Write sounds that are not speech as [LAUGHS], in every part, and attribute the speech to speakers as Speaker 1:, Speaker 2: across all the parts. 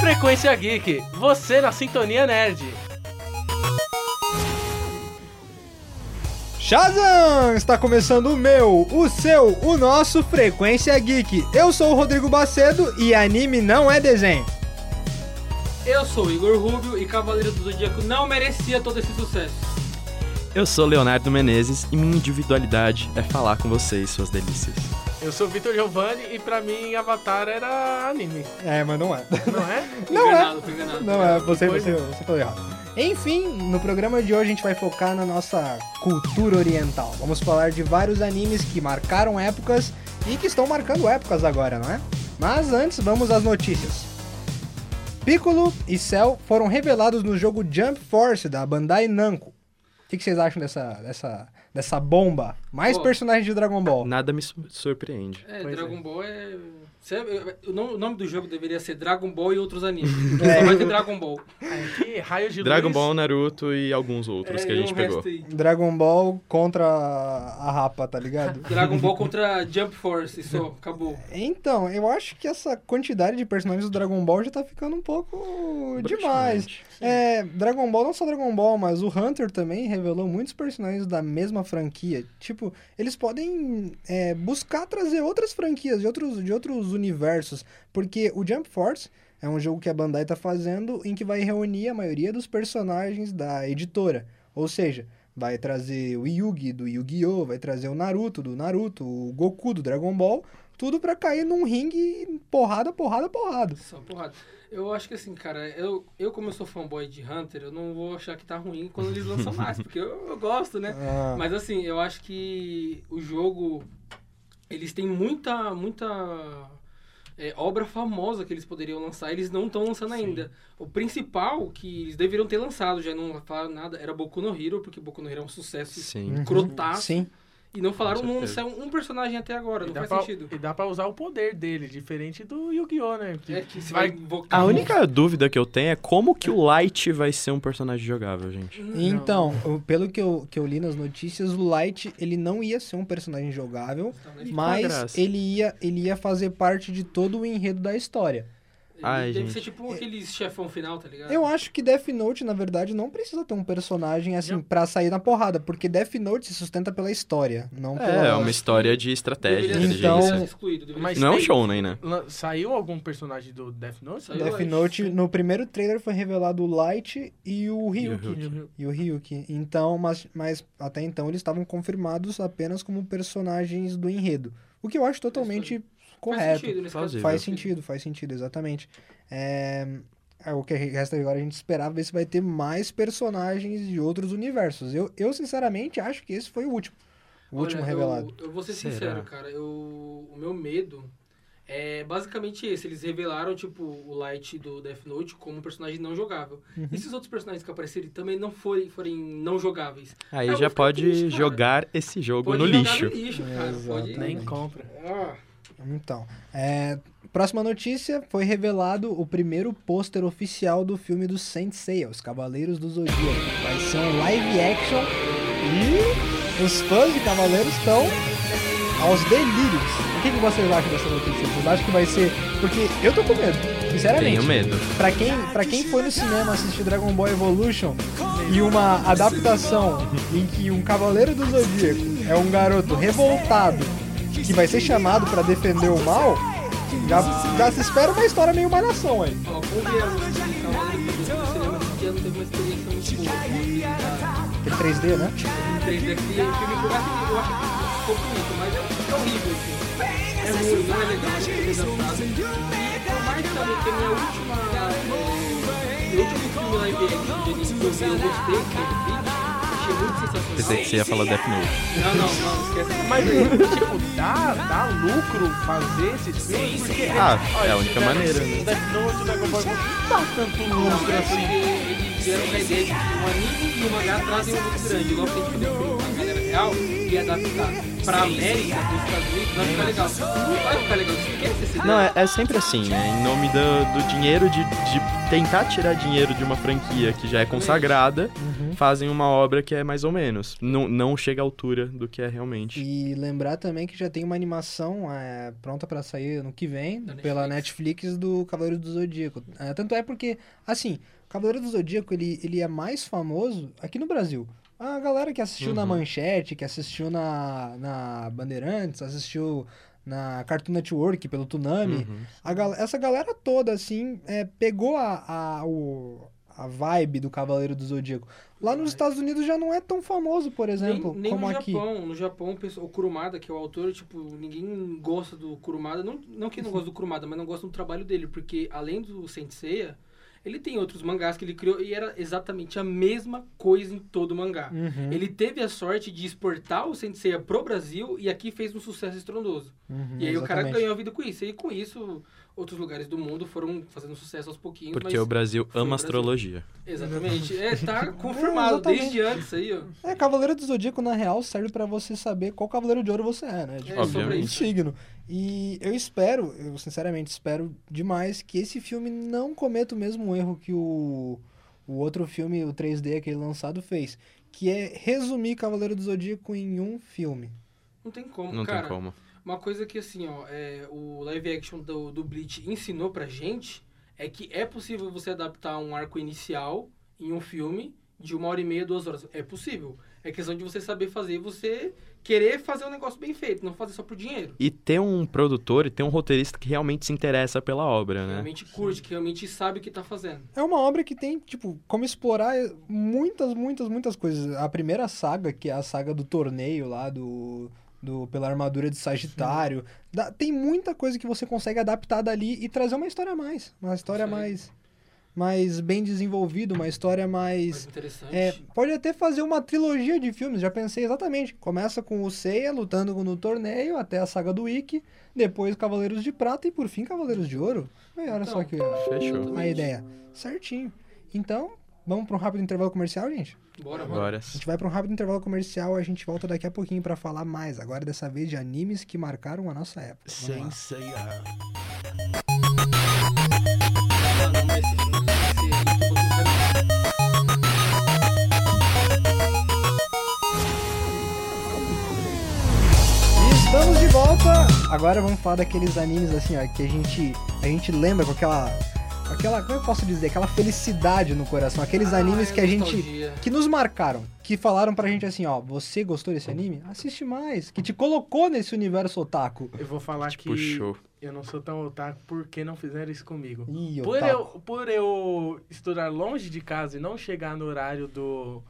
Speaker 1: Frequência Geek, você na Sintonia Nerd.
Speaker 2: Shazam! Está começando o meu, o seu, o nosso Frequência Geek. Eu sou o Rodrigo Bacedo e anime não é desenho.
Speaker 3: Eu sou o Igor Rubio e Cavaleiro do Zodíaco não merecia todo esse sucesso.
Speaker 4: Eu sou Leonardo Menezes e minha individualidade é falar com vocês, suas delícias.
Speaker 1: Eu sou o Vitor Giovanni e pra mim Avatar era anime,
Speaker 2: É, mas não é. [LAUGHS]
Speaker 1: não é?
Speaker 3: [LAUGHS] Fui
Speaker 2: Não é.
Speaker 3: enganado, fui enganado.
Speaker 2: Não é, você,
Speaker 1: Pois
Speaker 2: você, você falou errado. Enfim, no programa de hoje a gente vai focar na nossa cultura oriental. Vamos falar de vários animes que marcaram épocas e que estão marcando épocas agora, não é? Mas antes, vamos às notícias. Piccolo e Cell foram revelados no jogo Jump Force da Bandai Namco. O que, que vocês acham dessa, dessa, dessa bomba? Mais
Speaker 3: Pô.
Speaker 2: personagens de Dragon Ball.
Speaker 4: Nada me su- surpreende.
Speaker 3: É,
Speaker 1: Pois
Speaker 3: Dragon Ball é. Sério, eu- O nome o nome do jogo deveria ser Dragon Ball e outros [LAUGHS] animes.
Speaker 2: É.
Speaker 3: Só vai ter Dragon Ball.
Speaker 1: Ai, que é, raio de
Speaker 4: Dragon
Speaker 1: luz.
Speaker 4: Ball, Naruto e alguns outros
Speaker 3: É,
Speaker 4: que a
Speaker 3: e o
Speaker 4: gente pegou.
Speaker 3: resto aí.
Speaker 2: Dragon Ball contra a Rapa, tá ligado?
Speaker 3: Dragon Ball [LAUGHS] contra Jump Force, só, acabou.
Speaker 2: Então, eu acho que essa quantidade de personagens do Dragon Ball já tá ficando um pouco demais.
Speaker 4: Praticamente.
Speaker 2: É, Dragon Ball, não só Dragon Ball, mas o Hunter também revelou muitos personagens da mesma franquia. Tipo, eles podem é, buscar trazer outras franquias de outros, de outros universos. Porque o Jump Force é um jogo que a Bandai tá fazendo em que vai reunir a maioria dos personagens da editora. Ou seja, vai trazer o Yugi do Yu-Gi-Oh!, vai trazer o Naruto do Naruto, o Goku do Dragon Ball. Tudo pra cair num ringue porrada, porrada, porrada.
Speaker 3: Só porrada. Eu acho que assim, cara, eu, eu como eu sou fanboy de Hunter, eu não vou achar que tá ruim quando eles lançam mais, porque eu, eu gosto, né?
Speaker 2: Ah,
Speaker 3: Mas assim, eu acho que o jogo. Eles têm muita, muita é, obra famosa que eles poderiam lançar. Eles não estão lançando ainda. O principal que eles deveriam ter lançado, já não falaram nada, era Boku no Hero, porque Boku no Hero é um sucesso
Speaker 4: Sim.
Speaker 3: crotaço.
Speaker 2: Sim.
Speaker 3: E não falaram,
Speaker 4: Com
Speaker 3: não
Speaker 4: certeza.
Speaker 3: saiu um personagem até agora,
Speaker 1: E
Speaker 3: não
Speaker 1: dá,
Speaker 3: faz
Speaker 1: pra,
Speaker 3: sentido.
Speaker 1: e dá pra usar o poder dele, diferente do Yu-Gi-Oh, né? Que
Speaker 3: É que você
Speaker 1: vai-
Speaker 3: vai invocar.
Speaker 4: A
Speaker 3: um-
Speaker 4: única dúvida que eu tenho é como que o Light vai ser um personagem jogável, gente.
Speaker 2: Então, o- pelo que eu, que eu li nas notícias, o Light ele não ia ser um personagem jogável,
Speaker 3: Ele
Speaker 2: mas
Speaker 4: graça.
Speaker 2: ele ia, ele ia fazer parte de todo o enredo da história.
Speaker 4: Ai,
Speaker 3: deve
Speaker 4: gente.
Speaker 3: ser tipo aqueles chefão final, tá ligado?
Speaker 2: Eu acho que Death Note, na verdade, não precisa ter um personagem assim pra sair na porrada, porque Death Note se sustenta pela história, não
Speaker 3: Então,
Speaker 2: pela.
Speaker 4: É, uma história de estratégia,
Speaker 3: Deveria
Speaker 2: Então-
Speaker 3: ser
Speaker 4: inteligência.
Speaker 3: excluído. deveria
Speaker 1: Mas
Speaker 3: ser-
Speaker 4: Não é um
Speaker 1: tem-
Speaker 4: shonen, né?
Speaker 1: lan- Saiu algum personagem do Death Note?
Speaker 3: Saiu.
Speaker 2: Death Note, no primeiro trailer foi revelado o Light e o Ryuki. E o Ryuki. Então, mas, mas até então eles estavam confirmados apenas como personagens do enredo. O que eu acho totalmente
Speaker 3: Faz
Speaker 2: correto.
Speaker 3: sentido, nesse caso.
Speaker 4: Plausível.
Speaker 2: Faz sentido, faz sentido, exatamente. É... é, O que resta agora é a gente esperar ver se vai ter mais personagens de outros universos. Eu, eu sinceramente, acho que esse foi o último. O último
Speaker 3: Olha,
Speaker 2: revelado.
Speaker 3: Eu, eu vou ser
Speaker 4: Será?
Speaker 3: sincero, cara. Eu, o meu medo é basicamente esse. Eles revelaram, tipo, o Light do Death Note como um personagem não jogável.
Speaker 2: Uhum.
Speaker 3: E se os outros personagens que aparecerem também não forem, forem não jogáveis?
Speaker 4: Aí
Speaker 3: Eu vou
Speaker 4: já
Speaker 3: ficar
Speaker 4: pode
Speaker 3: triste, cara.
Speaker 4: jogar esse jogo
Speaker 3: Pode
Speaker 4: no
Speaker 3: jogar
Speaker 4: lixo.
Speaker 3: no lixo, cara. Pode...
Speaker 2: Exatamente.
Speaker 1: Nem compra.
Speaker 3: Ah,
Speaker 2: Então, é, próxima notícia: foi revelado o primeiro pôster oficial do filme do Saint Seiya, Os Cavaleiros do Zodíaco. Vai ser um live action e os fãs de Cavaleiros estão aos delírios. O que, que vocês acham dessa notícia? Vocês acham que vai ser. Porque eu tô com medo, sinceramente.
Speaker 4: Tenho medo.
Speaker 2: Pra quem, pra quem foi no cinema assistir Dragon Ball Evolution e uma adaptação em que um cavaleiro do Zodíaco é um garoto revoltado que vai ser chamado pra defender o mal, já, já se espera uma história meio malhação aí.
Speaker 3: ó, convenhamos. Cavaleiro do Zodíaco no cinema esse ano teve uma experiência muito boa. Tá?
Speaker 2: Aquele 3D, né?
Speaker 3: Desde aqui, filme por aqui, eu acho que ficou bonito, mas é, é horrível, assim. É ruim, não é legal, não é engraçado. Por mais que sabe, que a minha última. Meu último filme live action de anime que eu vi, eu gostei, que eu vi, achei muito sensacional.
Speaker 4: Pensei que você ia falar Death Note.
Speaker 3: Não, não, não, esquece.
Speaker 1: Mas, tipo, dá, dá lucro fazer esse filme? Porque,
Speaker 4: Ah,
Speaker 1: olha,
Speaker 4: é a única
Speaker 1: o Death-
Speaker 4: maneira, né?
Speaker 1: O Death Note, o Dragon Ball, não dá tanto
Speaker 3: Não,
Speaker 1: lucro
Speaker 3: é porque
Speaker 1: assim.
Speaker 3: eles vieram com a ideia de que um anime e um mangá trazem um muito grande. Logo tem que fazer um filme. Mas, galera, legal e adaptar pra América, pros Estados Unidos, não fica legal. Não vai ficar legal, isso esquece esse
Speaker 4: Não, é, é sempre assim, né? Em nome do, do dinheiro, de, de tentar tirar dinheiro de uma franquia que já é consagrada, fazem uma obra que é mais ou menos. Não, não chega à altura do que é realmente.
Speaker 2: E lembrar também que já tem uma animação é, pronta pra sair ano que vem
Speaker 3: Da
Speaker 2: pela Netflix do Cavaleiro do Zodíaco. É, tanto é porque, assim, Cavaleiro do Zodíaco ele, ele é mais famoso aqui no Brasil. A galera que assistiu
Speaker 3: Uhum.
Speaker 2: na Manchete, que assistiu na, na Bandeirantes, assistiu na Cartoon Network pelo Tsunami,
Speaker 3: Uhum.
Speaker 4: Uhum.
Speaker 2: a gal- essa galera toda, assim, é, pegou a, a, o- a vibe do Cavaleiro do Zodíaco. Lá nos Estados Unidos já não é tão famoso, por exemplo,
Speaker 3: nem, nem
Speaker 2: como
Speaker 3: no
Speaker 2: aqui.
Speaker 3: Japão. No Japão, o pessoal- o Kurumada, que é o autor, tipo, ninguém gosta do Kurumada. Não, não que não gosta do Kurumada, mas não gosta do trabalho dele, porque além do Senseiya, ele tem outros mangás que ele criou e era exatamente a mesma coisa em todo mangá.
Speaker 2: Uhum.
Speaker 3: Ele teve a sorte de exportar o Senseiya pro Brasil e aqui fez um sucesso estrondoso.
Speaker 2: Uhum,
Speaker 3: e aí o cara
Speaker 2: exatamente.
Speaker 3: ganhou a vida com isso. E com isso, outros lugares do mundo foram fazendo sucesso aos pouquinhos.
Speaker 4: Porque
Speaker 3: mas-
Speaker 4: o Brasil
Speaker 3: foi o
Speaker 4: ama
Speaker 3: Brasil.
Speaker 4: astrologia.
Speaker 3: Exatamente. É,
Speaker 2: [LAUGHS]
Speaker 3: tá confirmado
Speaker 2: exatamente.
Speaker 3: desde antes aí, ó.
Speaker 2: É, Cavaleiro do Zodíaco, na real, serve pra você saber qual Cavaleiro de Ouro você é, né? Tipo,
Speaker 3: É, sobre
Speaker 2: um
Speaker 3: isso.
Speaker 2: signo. E eu espero, eu sinceramente espero demais que esse filme não cometa o mesmo erro que o, o outro filme, o 3D, aquele lançado, fez. Que é resumir Cavaleiro do Zodíaco em um filme.
Speaker 3: Não tem como,
Speaker 4: Não
Speaker 3: cara.
Speaker 4: tem como.
Speaker 3: Uma coisa que, assim, ó, é, o live action do, do Bleach ensinou pra gente é que é possível você adaptar um arco inicial em um filme de uma hora e meia, duas horas. É possível. É questão de você saber fazer e você querer fazer um negócio bem feito, não fazer só por dinheiro.
Speaker 4: E ter um produtor e ter um roteirista que realmente se interessa pela obra,
Speaker 3: Que
Speaker 4: né?
Speaker 3: realmente curte, que realmente sabe o que tá fazendo.
Speaker 2: É uma obra que tem, tipo, como explorar muitas, muitas, muitas coisas. A primeira saga, que é a saga do torneio lá, do. do pela armadura de Sagitário. Dá- tem muita coisa que você consegue adaptar dali e trazer uma história a mais. Uma história
Speaker 3: Isso aí.
Speaker 2: mais. mais bem desenvolvida, uma história
Speaker 3: Mas
Speaker 2: mais.
Speaker 3: interessante.
Speaker 2: É, pode até fazer uma trilogia de filmes, já pensei exatamente. Começa com o Seiya lutando no torneio, até a saga do Ikki, depois Cavaleiros de Prata e por fim Cavaleiros de Ouro. E olha
Speaker 3: Então,
Speaker 2: só que
Speaker 4: Fechou.
Speaker 2: a ideia. Certinho. Então, vamos para um rápido intervalo comercial, gente?
Speaker 3: Bora, bora.
Speaker 4: Agora.
Speaker 2: A gente vai para um rápido intervalo comercial, a gente volta daqui a pouquinho para falar mais, agora dessa vez de animes que marcaram a nossa época. Vamos lá. E Estamos de volta! Agora vamos falar daqueles animes assim, ó, que a gente, a gente lembra com aquela aquela, como eu posso dizer, aquela felicidade no coração, aqueles
Speaker 3: Ah,
Speaker 2: animes
Speaker 3: é
Speaker 2: que a gente
Speaker 3: nostalgia.
Speaker 2: que nos marcaram, que falaram pra gente assim, ó, você gostou desse anime? Assiste mais, que te colocou nesse universo otaku.
Speaker 1: Eu vou falar que
Speaker 4: Puxou.
Speaker 1: eu não sou tão otaku porque não fizeram isso comigo.
Speaker 2: Ih,
Speaker 1: Por
Speaker 2: otaku.
Speaker 1: eu, por eu estudar longe de casa e não chegar no horário do,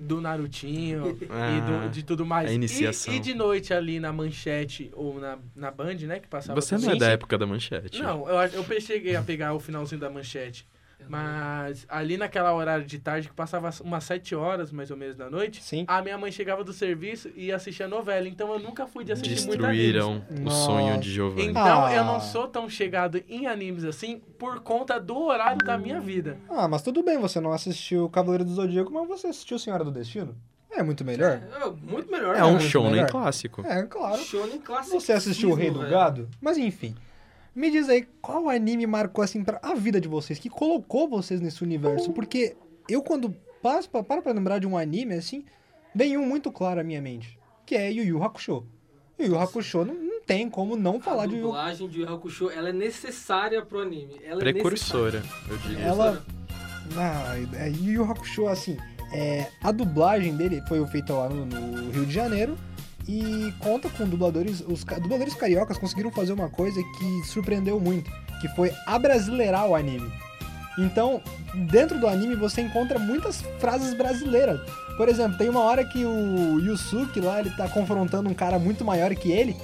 Speaker 1: do
Speaker 4: [LAUGHS]
Speaker 1: Narutinho e
Speaker 4: Ah,
Speaker 1: do- de tudo mais.
Speaker 4: a
Speaker 1: E-
Speaker 4: iniciação.
Speaker 1: E, de noite ali na manchete ou na, na Band, né? Que passava
Speaker 4: Você não
Speaker 1: também.
Speaker 4: é da época da manchete.
Speaker 1: Não, eu, acho- eu pe- cheguei a pegar o finalzinho da manchete. Mas ali naquela horário de tarde, que passava umas 7 horas mais ou menos da noite,
Speaker 2: Sim.
Speaker 1: a minha mãe chegava do serviço e assistia novela. Então eu nunca fui de assistir muita anime.
Speaker 4: Destruíram o sonho
Speaker 2: Nossa.
Speaker 4: de Giovanni.
Speaker 1: Então
Speaker 2: Ah.
Speaker 1: eu não sou tão chegado em animes assim por conta do horário da minha vida.
Speaker 2: Ah, mas tudo bem, você não assistiu Cavaleiro do Zodíaco, mas você assistiu Senhora do Destino? É muito melhor.
Speaker 3: É, muito melhor.
Speaker 4: É um
Speaker 2: muito
Speaker 4: show nem
Speaker 2: melhor.
Speaker 4: clássico.
Speaker 2: É, claro.
Speaker 3: Shonen clássico.
Speaker 2: Você assistiu O Rei do
Speaker 3: velho.
Speaker 2: Gado? Mas enfim. Me diz aí, qual anime marcou assim pra a vida de vocês, que colocou vocês nesse universo? Porque eu quando passo pra, paro pra lembrar de um anime assim, vem um muito claro à minha mente, que é Yu Yu Hakusho. Yu Yu Hakusho não, não tem como não falar
Speaker 3: a
Speaker 2: de Yu Yu
Speaker 3: dublagem de Yu Yu Hakusho, ela é necessária pro anime. Ela é
Speaker 4: Precursora, eu diria.
Speaker 2: Ela. Ah, é, Yu Yu Hakusho, assim, é, a dublagem dele foi feita lá no, no Rio de Janeiro e conta com dubladores. Os ca- dubladores cariocas conseguiram fazer uma coisa que surpreendeu muito, que foi abrasileirar o anime. Então, dentro do anime você encontra muitas frases brasileiras. Por exemplo, tem uma hora que o Yusuke lá, ele tá confrontando um cara muito maior que ele,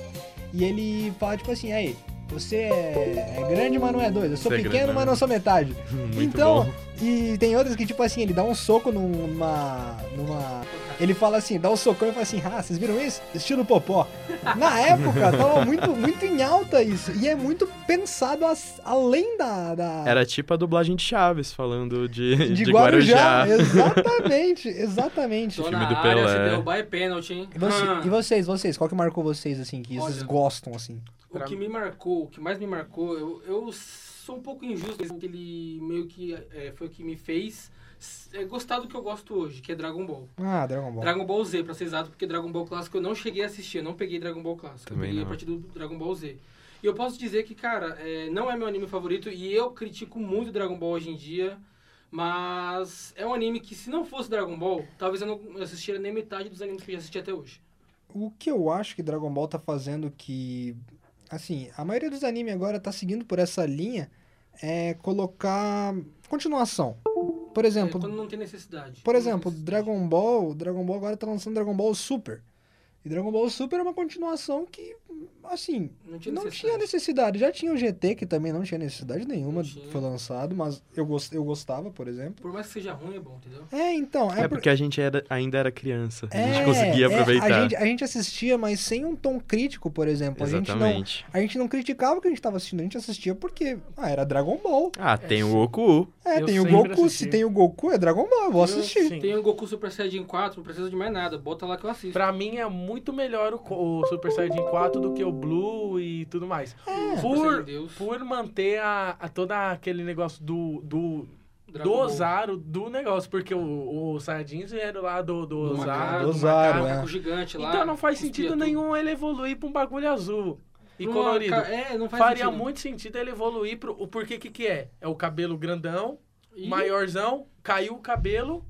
Speaker 2: e ele fala tipo assim, aí, você é, é grande, mas não é doido. Eu sou
Speaker 4: Você é
Speaker 2: pequeno,
Speaker 4: grande,
Speaker 2: mas
Speaker 4: né?
Speaker 2: não sou metade.
Speaker 4: Muito
Speaker 2: então,
Speaker 4: bom.
Speaker 2: e tem outras que, tipo assim, ele dá um soco numa. numa.
Speaker 3: necessária.
Speaker 2: Ele fala assim, dá um socão e fala assim, ah, vocês viram isso? Estilo popó.
Speaker 4: [LAUGHS]
Speaker 2: Na época, tava muito, muito em alta isso. E é muito pensado as- além da... da-
Speaker 4: Era tipo a dublagem de Chaves, falando de,
Speaker 2: de,
Speaker 4: de,
Speaker 2: Guarujá.
Speaker 4: Guarujá.
Speaker 2: Exatamente, [LAUGHS] exatamente.
Speaker 4: Só-
Speaker 3: Tô
Speaker 4: filme
Speaker 3: na
Speaker 4: do
Speaker 3: área,
Speaker 4: Pelé.
Speaker 3: se derrubar é pênalti, hein?
Speaker 2: E, você-
Speaker 3: Ah.
Speaker 2: e vocês, vocês, qual que marcou vocês, assim, que vocês
Speaker 3: Olha.
Speaker 2: gostam, assim?
Speaker 3: O que me marcou, o que mais me marcou, eu, eu sou um pouco injusto, mas ele meio que é, foi o que me fez é, gostar do que eu gosto hoje, que é Dragon Ball.
Speaker 2: Ah, Dragon Ball.
Speaker 3: Dragon Ball Z, pra ser exato, porque Dragon Ball Clássico eu não cheguei a assistir, eu não peguei Dragon Ball Clássico.
Speaker 4: Também
Speaker 3: eu peguei
Speaker 4: não.
Speaker 3: a partir do Dragon Ball Z. E eu posso dizer que, cara, é, não é meu anime favorito e eu critico muito Dragon Ball hoje em dia, mas é um anime que, se não fosse Dragon Ball, talvez eu não assistiria nem metade dos animes que eu já assisti até hoje.
Speaker 2: O que eu acho que Dragon Ball tá fazendo que. Assim, a maioria dos animes agora tá seguindo por essa linha é colocar continuação. Por
Speaker 3: É,
Speaker 2: exemplo,
Speaker 3: quando não tem necessidade.
Speaker 2: por
Speaker 3: Não tem
Speaker 2: exemplo,
Speaker 3: necessidade.
Speaker 2: Dragon Ball, Dragon Ball agora tá lançando Dragon Ball Super. E Dragon Ball Super é uma continuação que, assim,
Speaker 3: Não tinha
Speaker 2: não
Speaker 3: necessidade.
Speaker 2: tinha necessidade. Já tinha o GT, que também não tinha necessidade nenhuma,
Speaker 3: Não tinha.
Speaker 2: foi lançado, mas eu, gos- eu gostava, por exemplo.
Speaker 3: Por mais que seja ruim, é bom, entendeu?
Speaker 2: É, então,
Speaker 4: É
Speaker 2: por-
Speaker 4: porque a gente era- ainda era criança. a
Speaker 2: é,
Speaker 4: gente conseguia
Speaker 2: é,
Speaker 4: aproveitar.
Speaker 2: a, gente, a gente assistia, mas sem um tom crítico, por exemplo. A gente não,
Speaker 4: Exatamente.
Speaker 2: A gente não criticava o que a gente tava assistindo, a gente assistia porque, ah, era Dragon Ball.
Speaker 4: Ah, tem o Goku.
Speaker 2: É,
Speaker 1: Eu
Speaker 2: tem o
Speaker 1: sempre
Speaker 2: Goku, se
Speaker 1: assisti.
Speaker 2: tem o Goku, é Dragon Ball, eu vou assistir.
Speaker 1: Sim.
Speaker 3: Tem o Goku Super Saiyajin 4, não precisa de mais nada, bota lá que eu assisto.
Speaker 1: Pra mim é muito melhor o, co- o Super Saiyajin 4 do que o Blue e tudo mais.
Speaker 2: É.
Speaker 3: Super Saiyajin
Speaker 1: Por,
Speaker 3: Deus,
Speaker 1: por manter a, a todo aquele negócio do, do,
Speaker 3: Dragon
Speaker 1: do
Speaker 3: Ball.
Speaker 1: Ozaru do negócio, porque o, o Saiyajins vieram lá do, do
Speaker 3: Do macaco,
Speaker 1: Ozaru.
Speaker 2: do
Speaker 1: do
Speaker 2: Ozaru,
Speaker 1: macaco.
Speaker 2: é.
Speaker 3: macaco gigante lá.
Speaker 1: Então não faz
Speaker 3: cuspia
Speaker 1: sentido
Speaker 3: tudo.
Speaker 1: nenhum ele evoluir pra um bagulho azul e
Speaker 3: Não,
Speaker 1: colorido.
Speaker 3: ca- É, não faz
Speaker 1: Faria
Speaker 3: sentido.
Speaker 1: muito sentido ele evoluir pro. O porquê que que é? É o cabelo grandão,
Speaker 3: E-
Speaker 1: maiorzão, caiu o cabelo,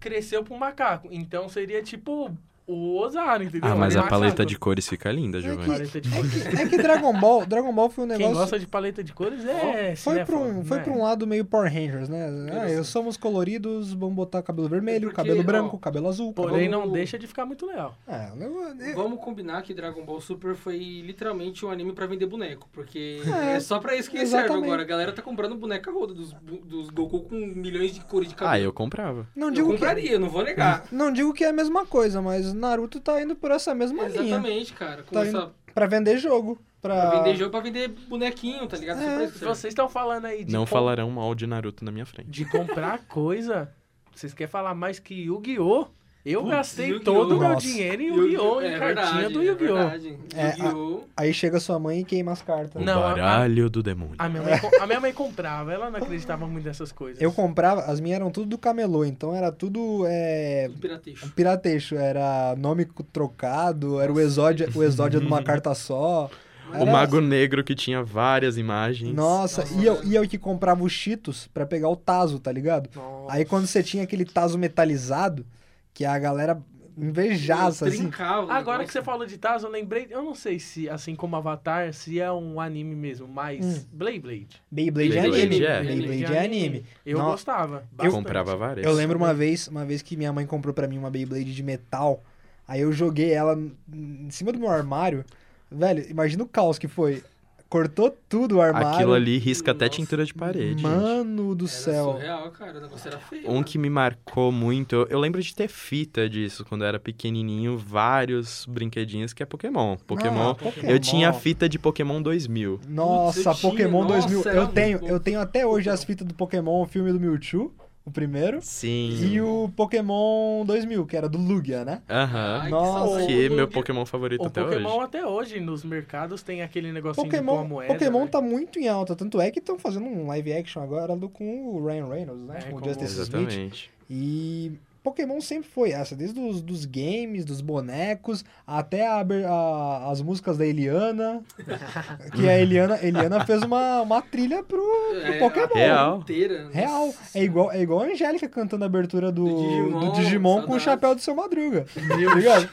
Speaker 1: cresceu pro macaco. Então seria tipo o Ozaru, entendeu?
Speaker 4: Ah, mas
Speaker 1: Ele é
Speaker 4: a paleta
Speaker 1: macaco.
Speaker 4: de cores fica linda, Giovanni.
Speaker 1: Paleta de cores.
Speaker 2: É que, é que Dragon Ball, Dragon Ball foi um
Speaker 1: Quem
Speaker 2: negócio.
Speaker 1: gosta de paleta de cores é.
Speaker 2: foi pra
Speaker 1: cinéfilo,
Speaker 2: um, foi
Speaker 1: né?
Speaker 2: pra um lado meio Power Rangers, né? Ah, eu
Speaker 3: Interessante.
Speaker 2: somos coloridos, vamos botar cabelo vermelho,
Speaker 3: Porque,
Speaker 2: cabelo branco,
Speaker 3: ó,
Speaker 2: cabelo azul.
Speaker 1: Porém,
Speaker 2: cabelo...
Speaker 1: não deixa de ficar muito legal.
Speaker 2: É, o negócio- é-
Speaker 3: Vamos combinar que Dragon Ball Super foi literalmente um anime pra vender boneco, porque
Speaker 2: É,
Speaker 3: é, só pra isso que ele
Speaker 2: exatamente.
Speaker 3: serve agora. A galera tá comprando boneca roda dos, bu- dos Goku com milhões de cores de
Speaker 4: Ah,
Speaker 3: cabelo.
Speaker 4: eu comprava.
Speaker 2: não
Speaker 3: eu
Speaker 2: digo que é-
Speaker 3: compraria, não vou negar.
Speaker 2: não digo que é a mesma coisa, mas Naruto tá indo por essa mesma linha
Speaker 3: Exatamente, cara. Com
Speaker 2: Tá
Speaker 3: essa-
Speaker 2: Pra vender jogo, pra,
Speaker 3: pra vender jogo, pra vender bonequinho, tá ligado? Só
Speaker 2: É,
Speaker 3: pra isso
Speaker 1: Se
Speaker 3: que serve.
Speaker 1: vocês estão falando aí de,
Speaker 4: Não
Speaker 1: com-
Speaker 4: falarão mal de Naruto na minha frente.
Speaker 1: de comprar coisa, vocês querem falar mais que Yu-Gi-Oh! Eu
Speaker 3: Putz,
Speaker 1: gastei
Speaker 3: Yu-Gi-Oh!
Speaker 1: todo o meu
Speaker 2: Nossa.
Speaker 1: dinheiro em Yu-Gi-Oh! em
Speaker 3: É
Speaker 1: cartinha
Speaker 3: verdade,
Speaker 1: do
Speaker 3: é
Speaker 1: Yu-Gi-Oh!
Speaker 3: verdade.
Speaker 2: É, a-
Speaker 3: Yu-Gi-Oh!
Speaker 2: Aí chega sua mãe e queima as cartas.
Speaker 4: O
Speaker 1: Não, a-
Speaker 4: baralho do demônio.
Speaker 1: a, minha mãe, co- a minha mãe comprava, ela não acreditava muito nessas coisas.
Speaker 2: Eu comprava, as minhas eram tudo do camelô, então era tudo é,
Speaker 3: do Pirateixo.
Speaker 2: pirateixo, era nome co- trocado, era o exódio, o exódio de uma carta só.
Speaker 4: Uhum. O
Speaker 2: Era-
Speaker 4: Mago Negro que tinha várias imagens.
Speaker 2: Nossa, e eu, e eu que comprava os Cheetos pra pegar o Tazo, tá ligado?
Speaker 1: Nossa.
Speaker 2: Aí quando você tinha aquele Tazo metalizado, que a galera invejaça, assim.
Speaker 3: Trincava o
Speaker 1: Agora
Speaker 3: negócio.
Speaker 1: que você falou de Taz, eu lembrei. Eu não sei se, assim como Avatar, se é um anime mesmo, mas
Speaker 2: Hum.
Speaker 1: Blade Beyblade.
Speaker 2: Beyblade é
Speaker 4: Beyblade
Speaker 2: anime.
Speaker 4: é.
Speaker 2: Beyblade é anime.
Speaker 1: Eu
Speaker 2: Não,
Speaker 1: gostava.
Speaker 4: Eu
Speaker 1: bastante.
Speaker 4: comprava várias.
Speaker 2: Eu lembro uma vez, uma vez que minha mãe comprou pra mim uma Beyblade de metal. Aí eu joguei ela n- em cima do meu armário. Velho, imagina o caos que foi. Cortou tudo o armário.
Speaker 4: Aquilo ali risca até
Speaker 3: Nossa.
Speaker 4: tintura de parede. gente.
Speaker 2: Mano do
Speaker 3: Era
Speaker 2: céu.
Speaker 3: surreal, cara. O negócio era feio.
Speaker 4: Um
Speaker 3: mano.
Speaker 4: que me marcou muito, eu, eu lembro de ter fita disso quando eu era pequenininho, vários brinquedinhos que é Pokémon. Pokémon.
Speaker 2: Ah, Pokémon.
Speaker 4: Eu tinha a fita de Pokémon 2000.
Speaker 2: Nossa,
Speaker 3: Putz, eu
Speaker 2: Pokémon
Speaker 3: tinha,
Speaker 2: 2000.
Speaker 3: nossa,
Speaker 2: eu
Speaker 3: era
Speaker 2: tenho,
Speaker 3: muito bom.
Speaker 2: eu tenho até hoje as fitas do Pokémon, o filme do Mewtwo, o primeiro,
Speaker 4: Sim.
Speaker 2: e o Pokémon 2000, que era do Lugia, né?
Speaker 4: Aham.
Speaker 3: Ai,
Speaker 2: Nossa.
Speaker 3: saudade.
Speaker 4: Que é meu Pokémon favorito
Speaker 1: O
Speaker 4: até
Speaker 1: Pokémon é
Speaker 4: hoje.
Speaker 1: até hoje nos mercados tem aquele
Speaker 3: Assim,
Speaker 1: negocinho de com a
Speaker 2: Pokémon,
Speaker 1: moeda.
Speaker 2: Pokémon
Speaker 1: né?
Speaker 2: tá muito em alta, tanto é que estão fazendo um live action agora do, com o Ryan Reynolds, né?
Speaker 1: É,
Speaker 2: com o
Speaker 1: com o-
Speaker 2: Justice Smith.
Speaker 4: Exatamente.
Speaker 2: E Pokémon sempre foi essa, desde os dos games, dos bonecos, até a aber- a- as músicas da Eliana. que a Eliana, Eliana fez uma, uma trilha pro
Speaker 3: É,
Speaker 2: Pokémon.
Speaker 3: a
Speaker 4: Real.
Speaker 3: inteira, né? nossa.
Speaker 2: real. É igual, é igual a Angélica cantando a abertura do, do Digimon,
Speaker 3: Do Digimon,
Speaker 2: com o
Speaker 3: saudades.
Speaker 2: chapéu do seu Madruga. tá ligado?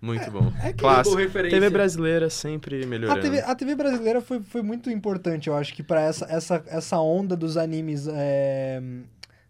Speaker 4: Muito bom.
Speaker 2: É Ah, que
Speaker 4: Clássico.
Speaker 3: Google referência.
Speaker 4: TV brasileira sempre
Speaker 2: A
Speaker 4: melhorando.
Speaker 2: TV, a TV brasileira foi, foi muito importante, eu acho que, pra essa, essa, essa onda dos animes é,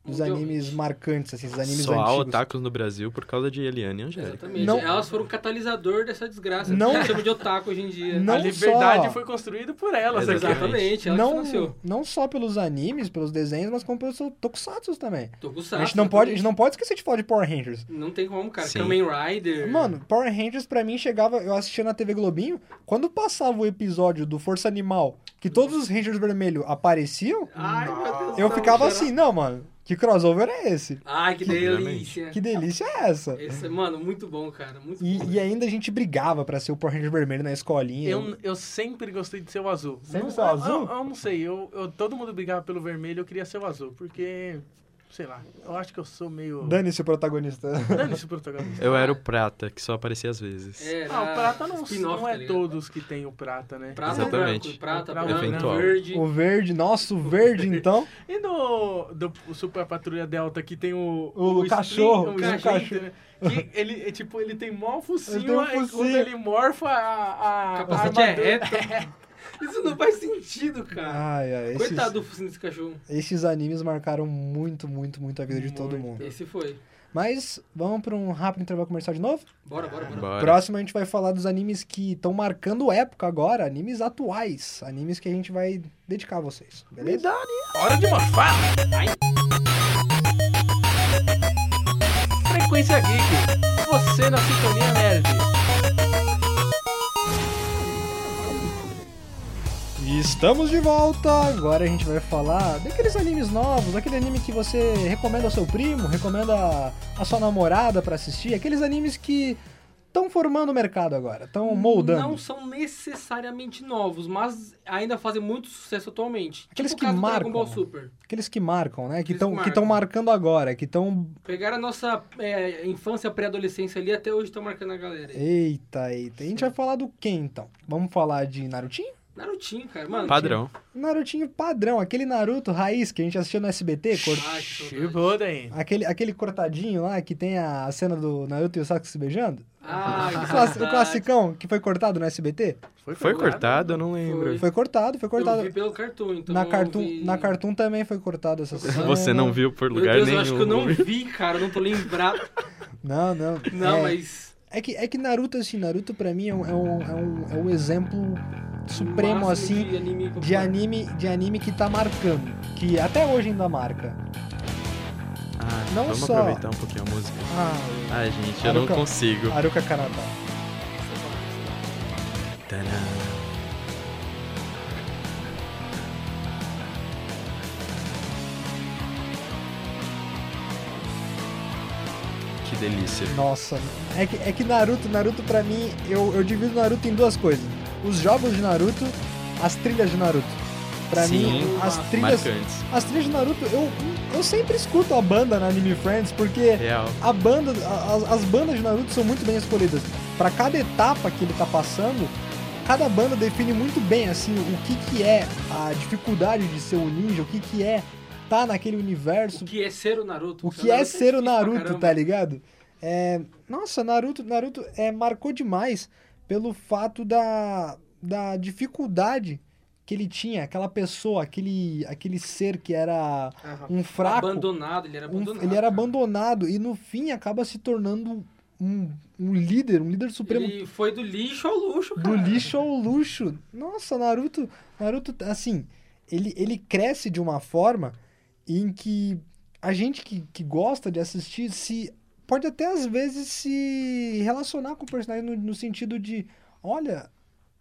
Speaker 2: dos
Speaker 3: Mundialmente.
Speaker 2: animes marcantes, assim, dos animes
Speaker 4: Só há
Speaker 2: antigos.
Speaker 4: otakus no Brasil por causa de Eliane e Angélica.
Speaker 3: Exatamente.
Speaker 2: Não-
Speaker 3: Elas foram o catalisador dessa desgraça.
Speaker 2: Não-
Speaker 3: Não. Que chama de otaku hoje em dia.
Speaker 2: Não
Speaker 1: a liberdade
Speaker 2: só-
Speaker 1: foi construída por elas,
Speaker 4: Exatamente.
Speaker 1: exatamente.
Speaker 3: Exatamente. Ela que
Speaker 2: não,
Speaker 3: financiou.
Speaker 2: não só pelos animes, pelos desenhos, mas como pelos tokusatsu também.
Speaker 3: Tokusatsu.
Speaker 2: a, gente não pode, a gente não pode esquecer de falar de Power Rangers.
Speaker 3: Não tem como, cara.
Speaker 4: Sim.
Speaker 3: Kamen Rider.
Speaker 2: Mano, Power Rangers pra mim chegava, eu assistia na TV Globinho, quando passava o episódio do Força Animal, que todos os Rangers vermelhos apareciam,
Speaker 3: Ai, meu Deus. do
Speaker 2: eu
Speaker 3: céu,
Speaker 2: ficava
Speaker 3: cara.
Speaker 2: assim, não, mano, que crossover é esse?
Speaker 3: Ai, que delícia.
Speaker 2: Que delícia é essa?
Speaker 3: Esse, mano, muito bom, cara. Muito bom.
Speaker 2: E, e ainda a gente brigava pra ser o Power Ranger vermelho na escolinha.
Speaker 1: Eu, eu sempre gostei de ser o azul.
Speaker 2: é? Sempre
Speaker 1: Não-
Speaker 2: ser o azul?
Speaker 1: Eu, eu não sei, eu, eu- todo mundo brigava pelo vermelho, eu queria ser o azul, porque, sei lá, eu acho que eu sou
Speaker 2: [LAUGHS]
Speaker 1: meio...
Speaker 2: Dane-se o protagonista.
Speaker 1: Dane-se o protagonista.
Speaker 4: Eu era o prata, que só aparecia às vezes.
Speaker 3: É,
Speaker 1: Ah, o prata não,
Speaker 3: spin-off,
Speaker 1: não
Speaker 3: tá
Speaker 1: é
Speaker 3: ligado?
Speaker 1: todos que tem o prata, né?
Speaker 3: Prata,
Speaker 4: Exatamente.
Speaker 3: branco, prata,
Speaker 1: Prata,
Speaker 3: branco,
Speaker 4: eventual.
Speaker 3: verde.
Speaker 2: O verde, nossa, o verde então.
Speaker 1: E no do, o Super Patrulha Delta que tem o...
Speaker 2: O
Speaker 1: Splinter-
Speaker 2: cachorro,
Speaker 1: o
Speaker 2: que é um
Speaker 1: Splinter,
Speaker 2: cachorro.
Speaker 1: né? Que ele, é, tipo, ele tem mó focinho,
Speaker 2: Ele tem um
Speaker 1: aí quando
Speaker 2: focinho.
Speaker 1: ele morfa a... a
Speaker 3: Capacete
Speaker 1: a
Speaker 3: é
Speaker 1: armadura-
Speaker 3: reto. Isso não faz sentido, cara.
Speaker 2: Ai, ai, Ah, esses,
Speaker 3: Coitado do focinho desse cachorro.
Speaker 2: esses animes marcaram muito, muito, muito a vida de todo
Speaker 1: Muito.
Speaker 2: mundo.
Speaker 3: Esse foi.
Speaker 2: Mas vamos pra um rápido intervalo comercial de novo?
Speaker 3: Bora, bora, bora.
Speaker 4: Bora.
Speaker 2: Próximo a gente vai falar dos animes que estão marcando época agora, animes atuais, animes que a gente vai dedicar a vocês,
Speaker 1: Me
Speaker 2: beleza?
Speaker 1: dá, Hora de morfar! Frequência Geek, você na sintonia nerd.
Speaker 2: E Estamos de volta! Agora a gente vai falar daqueles animes novos, aquele anime que você recomenda ao seu primo, recomenda à sua namorada pra assistir, aqueles animes que estão formando o mercado agora, estão
Speaker 3: Não
Speaker 2: moldando.
Speaker 3: são necessariamente novos, mas ainda fazem muito sucesso atualmente.
Speaker 2: Aqueles
Speaker 3: tipo
Speaker 2: que
Speaker 3: o caso
Speaker 2: marcam,
Speaker 3: do Dragon Ball
Speaker 2: né?
Speaker 3: Super.
Speaker 2: Aqueles que marcam, né? Que
Speaker 3: Aqueles que
Speaker 2: estão que
Speaker 3: marcam.
Speaker 2: tão marcando agora, que estão.
Speaker 3: Pegaram a nossa é, infância, pré-adolescência ali, até hoje estão marcando a galera. aí.
Speaker 2: Eita, eita. A gente vai falar do que então? Vamos falar de Narutinho?
Speaker 3: Narutinho, cara, mano.
Speaker 4: Padrão.
Speaker 2: Narutinho padrão, aquele Naruto raiz que a gente assistia no SBT, cor-
Speaker 3: Ai, que saudade.
Speaker 1: Shippuden.
Speaker 2: aquele, aquele cortadinho lá que tem a cena do Naruto e o Sasuke se beijando.
Speaker 3: Ah,
Speaker 2: [LAUGHS]
Speaker 3: que
Speaker 2: O classi-
Speaker 3: saudade.
Speaker 2: o classicão que foi cortado no SBT?
Speaker 4: Foi cortado? Eu não lembro.
Speaker 3: Foi.
Speaker 2: Foi cortado, foi
Speaker 3: Eu vi
Speaker 2: cortado.
Speaker 3: pelo Cartoon, então
Speaker 2: Na
Speaker 3: eu
Speaker 2: Cartoon,
Speaker 3: vi-
Speaker 2: na Cartoon também foi cortado essa cena.
Speaker 4: Você não viu por
Speaker 3: Meu
Speaker 4: lugar
Speaker 3: Deus,
Speaker 4: nenhum. né?
Speaker 3: eu acho que eu não vi, cara, eu não tô lembrado.
Speaker 2: Não, não.
Speaker 3: Não,
Speaker 2: é,
Speaker 3: mas...
Speaker 2: é que, é que Naruto, assim, Naruto pra mim é um, é um, é um, é um exemplo supremo,
Speaker 3: máximo
Speaker 2: assim,
Speaker 3: de anime, que eu
Speaker 2: de
Speaker 3: falo.
Speaker 2: anime, de anime que tá marcando. Que até hoje ainda marca.
Speaker 4: Ah,
Speaker 2: Não
Speaker 4: vamos
Speaker 2: só.
Speaker 4: aproveitar um pouquinho a música.
Speaker 2: Ah,
Speaker 4: Ai, gente, eu não
Speaker 2: Haruka.
Speaker 4: consigo.
Speaker 2: Aruka Kanata.
Speaker 4: Tadã. Que delícia.
Speaker 2: Nossa, é que, é que Naruto, Naruto pra mim, eu, eu divido Naruto em duas coisas. Os jogos de Naruto, as trilhas de Naruto. Pra
Speaker 4: Sim,
Speaker 2: mim, as
Speaker 3: massa.
Speaker 2: trilhas,
Speaker 4: Marcantes.
Speaker 2: as trilhas de Naruto, eu, eu sempre escuto a banda na Anime Friends, porque
Speaker 4: Real.
Speaker 2: a banda, a- as, as bandas de Naruto são muito bem escolhidas. Pra cada etapa que ele tá passando, cada banda define muito bem assim o que, que é a dificuldade de ser um ninja, o que, que é tá naquele universo,
Speaker 3: O que é ser o Naruto?
Speaker 2: o que é ser o
Speaker 3: difícil pra
Speaker 2: Naruto,
Speaker 3: caramba.
Speaker 2: tá ligado? É, nossa, Naruto, Naruto é, marcou demais pelo fato da, da dificuldade que ele tinha, aquela pessoa, aquele, aquele ser que era
Speaker 1: Aham.
Speaker 2: um fraco.
Speaker 3: Abandonado, ele era
Speaker 2: um-
Speaker 3: abandonado.
Speaker 2: ele era
Speaker 3: cara.
Speaker 2: abandonado e no fim acaba se tornando um, um líder, um líder supremo
Speaker 3: Ele foi do lixo ao luxo, cara.
Speaker 2: do lixo ao luxo. Nossa, Naruto, Naruto, assim, ele, ele cresce de uma forma em que a gente que, que gosta de assistir se pode até às vezes se relacionar com o personagem no, no sentido de, olha,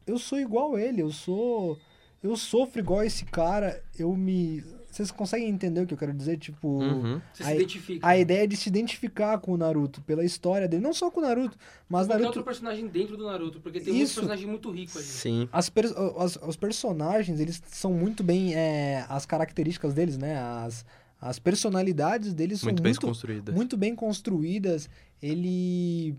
Speaker 2: eu sou igual a ele, eu sou eu sofro igual a esse cara, eu me vocês conseguem entender o que eu quero dizer? Tipo,
Speaker 4: Uhum.
Speaker 3: Você
Speaker 2: Aí-
Speaker 3: se identifica.
Speaker 2: a ideia é de se identificar com o Naruto pela história dele, não só com o Naruto, mas
Speaker 3: Qualquer
Speaker 2: Naruto
Speaker 3: outro personagem dentro do Naruto, porque tem muitos
Speaker 2: Isso.
Speaker 3: personagens muito ricos ali.
Speaker 4: Sim.
Speaker 2: As pers- as- os personagens, eles são muito bem. é, as características deles, né? As, as personalidades deles são
Speaker 4: Muito
Speaker 2: muito,
Speaker 4: bem construída.
Speaker 2: muito bem construídas. Ele.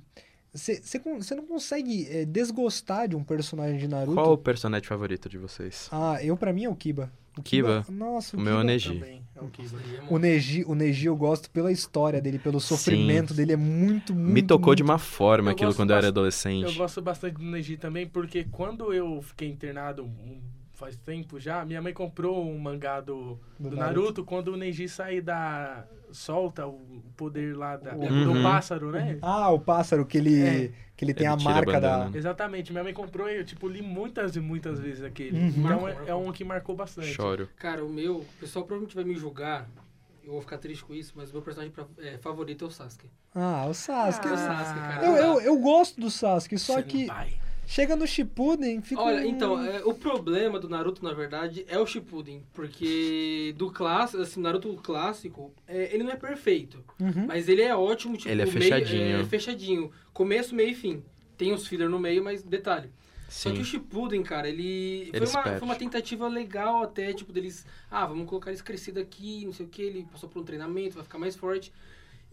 Speaker 2: Você não consegue é, desgostar de um personagem de Naruto.
Speaker 4: Qual o personagem favorito de vocês?
Speaker 2: Ah, eu pra mim é o Kiba. O
Speaker 4: Kiba?
Speaker 2: Nossa, o,
Speaker 4: O meu é o
Speaker 2: Kiba-
Speaker 4: Neji.
Speaker 1: Também, é o que
Speaker 3: Ele é um-
Speaker 2: O Neji, o Neji eu gosto pela história dele, pelo sofrimento dele. É muito, muito.
Speaker 4: Me tocou de
Speaker 2: muito-
Speaker 4: uma forma
Speaker 1: Eu
Speaker 4: aquilo
Speaker 1: gosto
Speaker 4: quando eu era
Speaker 1: bastante- Eu
Speaker 4: adolescente.
Speaker 1: gosto bastante do Neji também, porque quando eu fiquei internado, um- faz tempo já, minha mãe comprou um mangá do,
Speaker 2: Do
Speaker 1: do,
Speaker 2: Naruto.
Speaker 1: Naruto. quando o Neji sai da. solta o poder lá da,
Speaker 4: Uhum.
Speaker 1: do pássaro, né?
Speaker 2: Ah, o pássaro que ele,
Speaker 1: É.
Speaker 2: que ele tem
Speaker 4: Ele
Speaker 2: a
Speaker 4: tira a
Speaker 2: marca da.
Speaker 4: bandana.
Speaker 1: Exatamente, minha mãe comprou e eu, tipo, li muitas e muitas vezes aquele. Então é, é um que marcou bastante.
Speaker 4: Choro.
Speaker 3: Cara, o meu, o pessoal provavelmente vai me julgar. Eu vou ficar triste com isso, mas o meu personagem pra- é, favorito é o Sasuke.
Speaker 2: Ah, o Sasuke.
Speaker 3: o Sasuke, cara.
Speaker 2: Eu, eu, eu gosto do Sasuke, só
Speaker 1: Você
Speaker 2: que
Speaker 1: não tá. vai.
Speaker 2: chega no Shippuden, fica.
Speaker 3: Olha,
Speaker 2: um-
Speaker 3: então, é, o problema do Naruto, na verdade, é o Shippuden. Porque do clássico, assim, Naruto clássico, é, ele não é perfeito.
Speaker 2: Uhum.
Speaker 3: Mas ele é ótimo, tipo...
Speaker 4: Ele é
Speaker 3: meio-
Speaker 4: fechadinho.
Speaker 3: é fechadinho. Começo, meio e fim. Tem os filler no meio, mas detalhe. Só que
Speaker 4: Sim.
Speaker 3: o Shippuden, cara, ele... Foi
Speaker 4: Eles
Speaker 3: uma,
Speaker 4: perdem.
Speaker 3: foi uma tentativa legal até, tipo, deles... Ah, vamos colocar eles crescido aqui, não sei o que. Ele passou por um treinamento, vai ficar mais forte.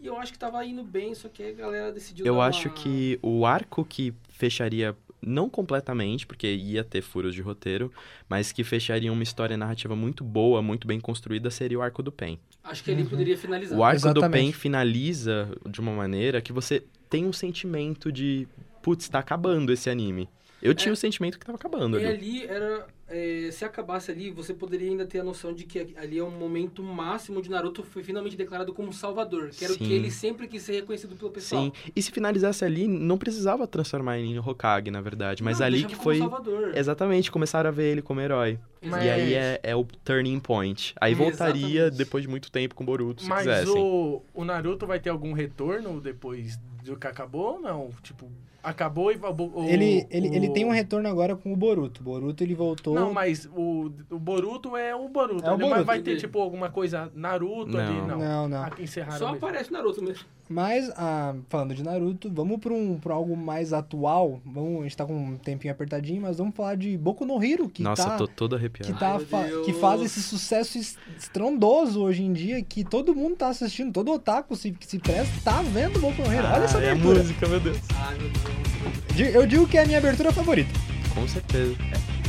Speaker 3: E eu acho que tava indo bem, só que a galera decidiu dar
Speaker 4: Eu
Speaker 3: uma-
Speaker 4: acho que o arco que fecharia, não completamente, porque ia ter furos de roteiro, mas que fecharia uma história narrativa muito boa, muito bem construída, seria o arco do Pen.
Speaker 3: Acho que ele poderia finalizar.
Speaker 4: Uhum. O arco do
Speaker 2: Exatamente.
Speaker 4: Pen finaliza de uma maneira que você tem um sentimento de, putz, tá acabando esse anime. Eu tinha o sentimento que tava acabando
Speaker 3: É. E
Speaker 4: ali.
Speaker 3: ali era. é, se acabasse ali, você poderia ainda ter a noção de que ali é um momento máximo de Naruto foi finalmente declarado como salvador, que era o
Speaker 4: Sim.
Speaker 3: que ele sempre quis ser reconhecido pelo pessoal.
Speaker 4: Sim. E se finalizasse ali, não precisava transformar ele em Hokage, na verdade. Mas
Speaker 3: Não,
Speaker 4: ali
Speaker 3: deixava
Speaker 4: que
Speaker 3: como
Speaker 4: foi.
Speaker 3: Salvador.
Speaker 4: Exatamente, começaram a ver ele como herói.
Speaker 1: Mas-
Speaker 4: E aí é, é o turning point. Aí voltaria
Speaker 3: Exatamente.
Speaker 4: depois de muito tempo com o Boruto, se assim.
Speaker 1: Mas
Speaker 4: quisessem.
Speaker 1: o, o Naruto vai ter algum retorno depois do que acabou ou não? Tipo, acabou e... va- O,
Speaker 2: Ele, ele,
Speaker 1: o-
Speaker 2: ele tem um retorno agora com o Boruto. O Boruto ele voltou.
Speaker 1: Não, mas o, o Boruto é o Boruto.
Speaker 2: É o
Speaker 1: Ele vai-
Speaker 2: Boruto,
Speaker 1: vai ter,
Speaker 3: entendi.
Speaker 1: tipo, alguma coisa Naruto
Speaker 4: Não.
Speaker 1: ali? Não,
Speaker 2: Não, não.
Speaker 1: Ah, encerraram
Speaker 3: Só
Speaker 1: mesmo.
Speaker 3: aparece Naruto mesmo.
Speaker 2: Mas, ah, falando de Naruto, vamos pra, um, pra algo mais atual. Vamos, a gente tá com um tempinho apertadinho, mas vamos falar de Boku no Hiro, que
Speaker 4: Nossa,
Speaker 2: tá.
Speaker 4: eu tô todo
Speaker 2: Que,
Speaker 4: arrepiado.
Speaker 2: tá
Speaker 3: Ai, meu
Speaker 2: fa-
Speaker 3: Deus.
Speaker 2: que faz esse sucesso es- estrondoso hoje em dia, que todo mundo tá assistindo, todo otaku se, que se presta, tá vendo o Boku no Hero. Olha essa
Speaker 4: Ah, é a
Speaker 2: abertura.
Speaker 4: música, meu Deus.
Speaker 3: Ah, meu Deus.
Speaker 2: Di- Eu digo que é a minha abertura favorita.
Speaker 4: Com certeza.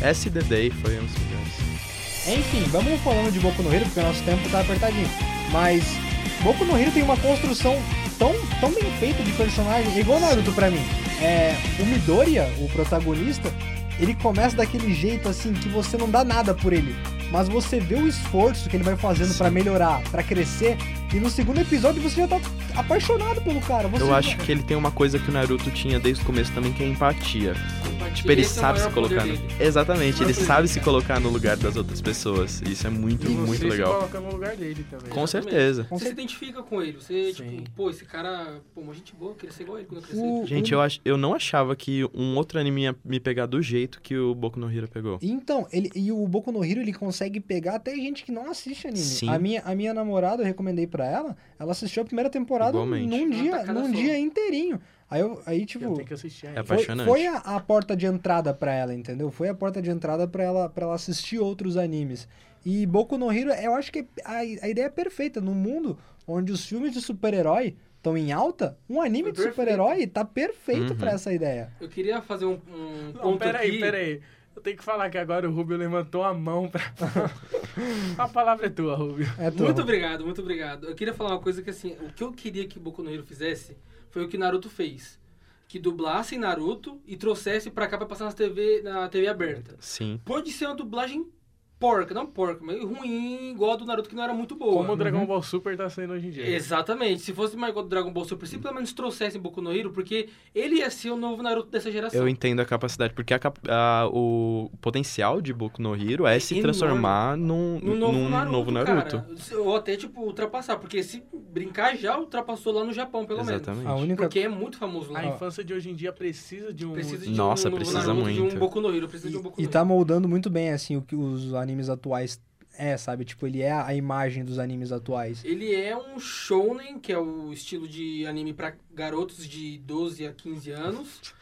Speaker 4: SD Day foi um sucesso.
Speaker 2: Enfim, vamos falando de Boku no Hero, porque o nosso tempo tá apertadinho. Mas Boku no Hero tem uma construção tão, tão bem feita de personagem, igual Naruto pra mim. É, o Midoriya, o protagonista, ele começa daquele jeito assim que você não dá nada por ele. Mas você vê o esforço que ele vai fazendo pra melhorar, pra crescer, e no segundo episódio você já tá apaixonado pelo cara. Você
Speaker 4: Eu
Speaker 2: já-
Speaker 4: acho que ele tem uma coisa que o Naruto tinha desde o começo também, que é empatia.
Speaker 3: Simpatia.
Speaker 4: Tipo, ele
Speaker 3: Esse é o
Speaker 4: sabe se
Speaker 3: maior poder
Speaker 4: colocar no...
Speaker 3: dele.
Speaker 4: Exatamente, ele
Speaker 3: Maior poder
Speaker 4: sabe se colocar no lugar das outras pessoas. Isso é muito,
Speaker 1: E
Speaker 4: muito
Speaker 1: você se
Speaker 4: legal.
Speaker 1: coloca no lugar dele também.
Speaker 4: Com certeza.
Speaker 2: Com
Speaker 3: Você se identifica com ele, você,
Speaker 1: Sim.
Speaker 3: tipo, pô, esse cara, pô, uma gente boa, eu queria ser igual a ele quando eu crescer.
Speaker 2: O-
Speaker 4: Gente, eu, ach... eu não achava que um outro anime ia me pegar do jeito que o Boku no Hero pegou.
Speaker 2: Então, ele, e o Boku no Hero, ele consegue pegar até gente que não assiste anime.
Speaker 4: Sim.
Speaker 2: A minha, a minha namorada, eu recomendei pra ela, ela assistiu a primeira temporada
Speaker 4: Igualmente.
Speaker 2: num
Speaker 3: Numa
Speaker 2: dia,
Speaker 3: tacada
Speaker 2: num
Speaker 3: só.
Speaker 2: dia inteirinho. Aí, eu, aí
Speaker 1: Eu
Speaker 2: tipo,
Speaker 1: tenho que assistir ainda.
Speaker 4: É
Speaker 2: foi,
Speaker 4: apaixonante.
Speaker 2: foi a, a porta de entrada pra ela, entendeu? Foi a porta de entrada pra ela, pra ela assistir outros animes. E Boku no Hero, eu acho que a, a ideia é perfeita. Num mundo onde os filmes de super-herói estão em alta, um anime
Speaker 3: Foi
Speaker 2: de
Speaker 3: perfeito.
Speaker 2: super-herói tá perfeito
Speaker 4: Uhum.
Speaker 2: pra essa ideia.
Speaker 3: Eu queria fazer um, um
Speaker 1: Não,
Speaker 3: ponto
Speaker 1: peraí,
Speaker 3: aqui.
Speaker 1: peraí. Eu tenho que falar que agora o Rubio levantou a mão pra... [LAUGHS] a palavra é tua, Rubio.
Speaker 2: É turma.
Speaker 3: Muito obrigado, muito obrigado. Eu queria falar uma coisa que assim, o que eu queria que Boku no Hero fizesse foi o que Naruto fez. Que dublassem Naruto e trouxesse pra cá pra passar na TV, na TV aberta.
Speaker 4: Sim.
Speaker 3: Pode ser uma dublagem porca, não porca, mas ruim, igual a do Naruto que não era muito boa.
Speaker 1: Como o Dragon Ball Super tá saindo hoje em
Speaker 4: É.
Speaker 1: dia.
Speaker 3: Exatamente. Se fosse mais igual do Dragon Ball Super, se pelo menos trouxessem Boku no Hero, porque ele ia ser o novo Naruto dessa geração.
Speaker 4: Eu entendo a capacidade, porque a cap- a- o potencial de Boku no Hero é se
Speaker 3: Enorme.
Speaker 4: transformar num,
Speaker 3: No novo
Speaker 4: num
Speaker 3: Naruto,
Speaker 4: novo Naruto.
Speaker 3: Cara. Ou até, tipo, ultrapassar. Porque se brincar, já ultrapassou lá no Japão, pelo menos.
Speaker 4: Exatamente.
Speaker 2: A única
Speaker 3: Porque é muito famoso lá.
Speaker 1: A infância de hoje em dia precisa de um...
Speaker 3: Precisa de
Speaker 4: Nossa,
Speaker 3: um,
Speaker 4: precisa
Speaker 3: Naruto, de
Speaker 4: muito.
Speaker 3: um Boku no Hero, precisa de um Boku
Speaker 2: E, e
Speaker 3: no
Speaker 2: tá moldando muito bem, assim, o que os animes atuais é, sabe? Tipo, ele é a imagem dos animes atuais.
Speaker 3: Hero. Ele é um shounen, que é o estilo de anime pra garotos de 12 a 15 anos.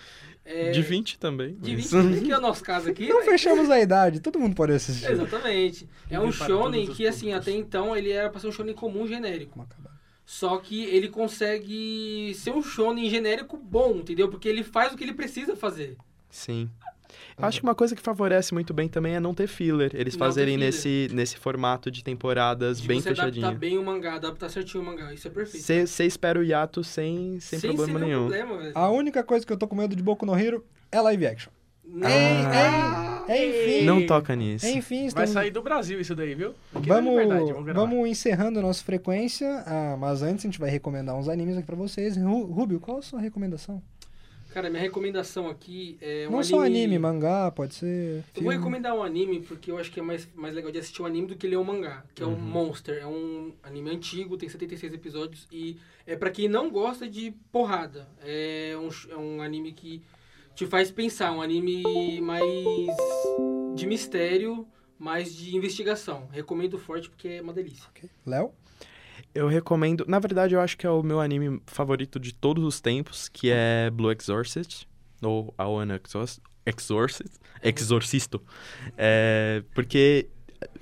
Speaker 3: É,
Speaker 4: De 20 também.
Speaker 3: de
Speaker 4: mas-
Speaker 3: 20, que é o nosso
Speaker 2: [LAUGHS]
Speaker 3: caso aqui.
Speaker 2: Não
Speaker 3: né?
Speaker 2: fechamos a idade, todo mundo pode assistir.
Speaker 3: Exatamente. É um
Speaker 1: Para todos
Speaker 3: shonen
Speaker 1: os
Speaker 3: que, assim,
Speaker 1: públicos.
Speaker 3: até então ele era pra ser um shonen comum genérico.
Speaker 2: Vamos acabar.
Speaker 3: Só que ele consegue ser um shonen genérico bom, entendeu? Porque ele faz o que ele precisa fazer.
Speaker 4: Sim. Eu Acho que uma coisa que favorece muito bem também é não ter filler. Eles
Speaker 3: Não ter
Speaker 4: fazerem
Speaker 3: filler.
Speaker 4: nesse, nesse formato de temporadas
Speaker 3: De
Speaker 4: bem
Speaker 3: você adaptar
Speaker 4: fechadinho.
Speaker 3: bem o mangá, adaptar certinho o mangá. Isso é perfeito.
Speaker 4: Você espera o hiato sem, sem, problema
Speaker 3: ser nenhum
Speaker 4: nenhum.
Speaker 2: Ah.
Speaker 3: problema, velho.
Speaker 2: A única coisa que eu tô com medo de Boku no Hero é live action.
Speaker 3: Nem-
Speaker 2: É,
Speaker 3: nem-
Speaker 2: é, Enfim.
Speaker 4: Ah, Não toca nisso.
Speaker 3: um
Speaker 2: Enfim,
Speaker 1: Vai
Speaker 2: estamos...
Speaker 1: sair do Brasil isso daí, viu? Aqui na
Speaker 2: Vamos,
Speaker 1: Liberdade, vamos gravar.
Speaker 2: vamos encerrando a nossa frequência, ah, mas antes a gente vai recomendar uns animes aqui pra vocês. Ru- Rubio, qual a sua recomendação?
Speaker 3: Cara, minha recomendação aqui é um
Speaker 2: Não
Speaker 3: anime...
Speaker 2: só anime, mangá, pode ser
Speaker 3: Eu vou
Speaker 2: filme.
Speaker 3: recomendar um anime porque eu acho que é mais, mais legal de assistir um anime do que ler um mangá, que
Speaker 2: Uhum.
Speaker 3: é o Monster. É um anime antigo, tem 76 episódios e é pra quem não gosta de porrada. É um, sh- é um anime que te faz pensar, um anime mais de mistério, mais de investigação. Recomendo forte porque é uma delícia.
Speaker 2: Ok. Léo?
Speaker 4: Eu recomendo. Na verdade, eu acho que é o meu anime favorito de todos os tempos, que é Blue Exorcist. Ou A One Exorcist. Exorcist. Exorcisto. É, porque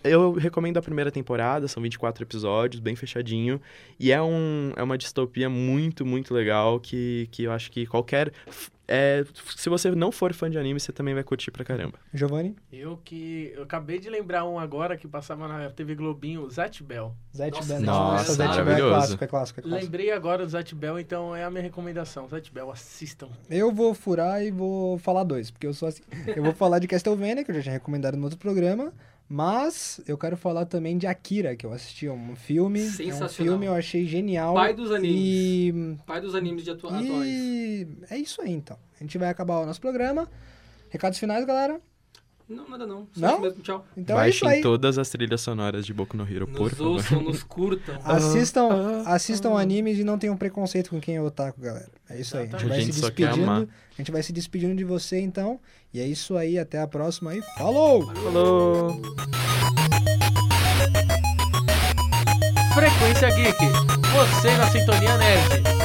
Speaker 4: eu recomendo a primeira temporada, são 24 episódios, bem fechadinho. E é, um, é uma distopia muito, muito legal que, que eu acho que qualquer. é, se você não for fã de anime, você também vai curtir pra caramba.
Speaker 2: Giovanni?
Speaker 1: Eu que. Eu acabei de lembrar um agora que passava na TV Globinho, Zat Bell.
Speaker 2: Zet
Speaker 3: Nossa,
Speaker 2: Bell.
Speaker 4: nossa,
Speaker 2: Zet Bell é
Speaker 4: maravilhoso.
Speaker 2: clássico, é clássico, é clássico.
Speaker 1: Lembrei agora do Zat Bell, então é a minha recomendação. Zat Bell, assistam.
Speaker 2: Eu vou furar e vou falar dois, porque eu sou assim. Eu vou falar de Castlevania, que eu já tinha recomendado no outro programa, mas eu quero falar também de Akira, que eu assisti a um filme. É um
Speaker 3: Sensacional.
Speaker 2: filme eu achei genial.
Speaker 3: Pai dos animes.
Speaker 2: E
Speaker 3: Pai dos animes de atua atuais.
Speaker 2: E é isso aí, então. A gente vai acabar o nosso programa. Recados finais, galera.
Speaker 3: Não, nada não. Só
Speaker 2: Não?
Speaker 3: isso mesmo, tchau.
Speaker 2: Então é isso
Speaker 4: Baixem
Speaker 2: aí.
Speaker 4: todas as trilhas sonoras de Boku no Hero, por
Speaker 3: Nos
Speaker 4: favor.
Speaker 3: ouçam,
Speaker 2: [LAUGHS]
Speaker 3: nos curtam.
Speaker 2: Assistam,
Speaker 4: Ah,
Speaker 2: assistam animes e não tenham preconceito com quem é otaku, galera. É isso aí. A gente vai
Speaker 4: A gente
Speaker 2: se
Speaker 4: só quer
Speaker 2: despedindo.
Speaker 4: amar.
Speaker 2: A gente vai se despedindo de você, então. E é isso aí. Até a próxima e falou!
Speaker 4: Falou!
Speaker 1: Frequência Geek, você na Sintonia Nerd.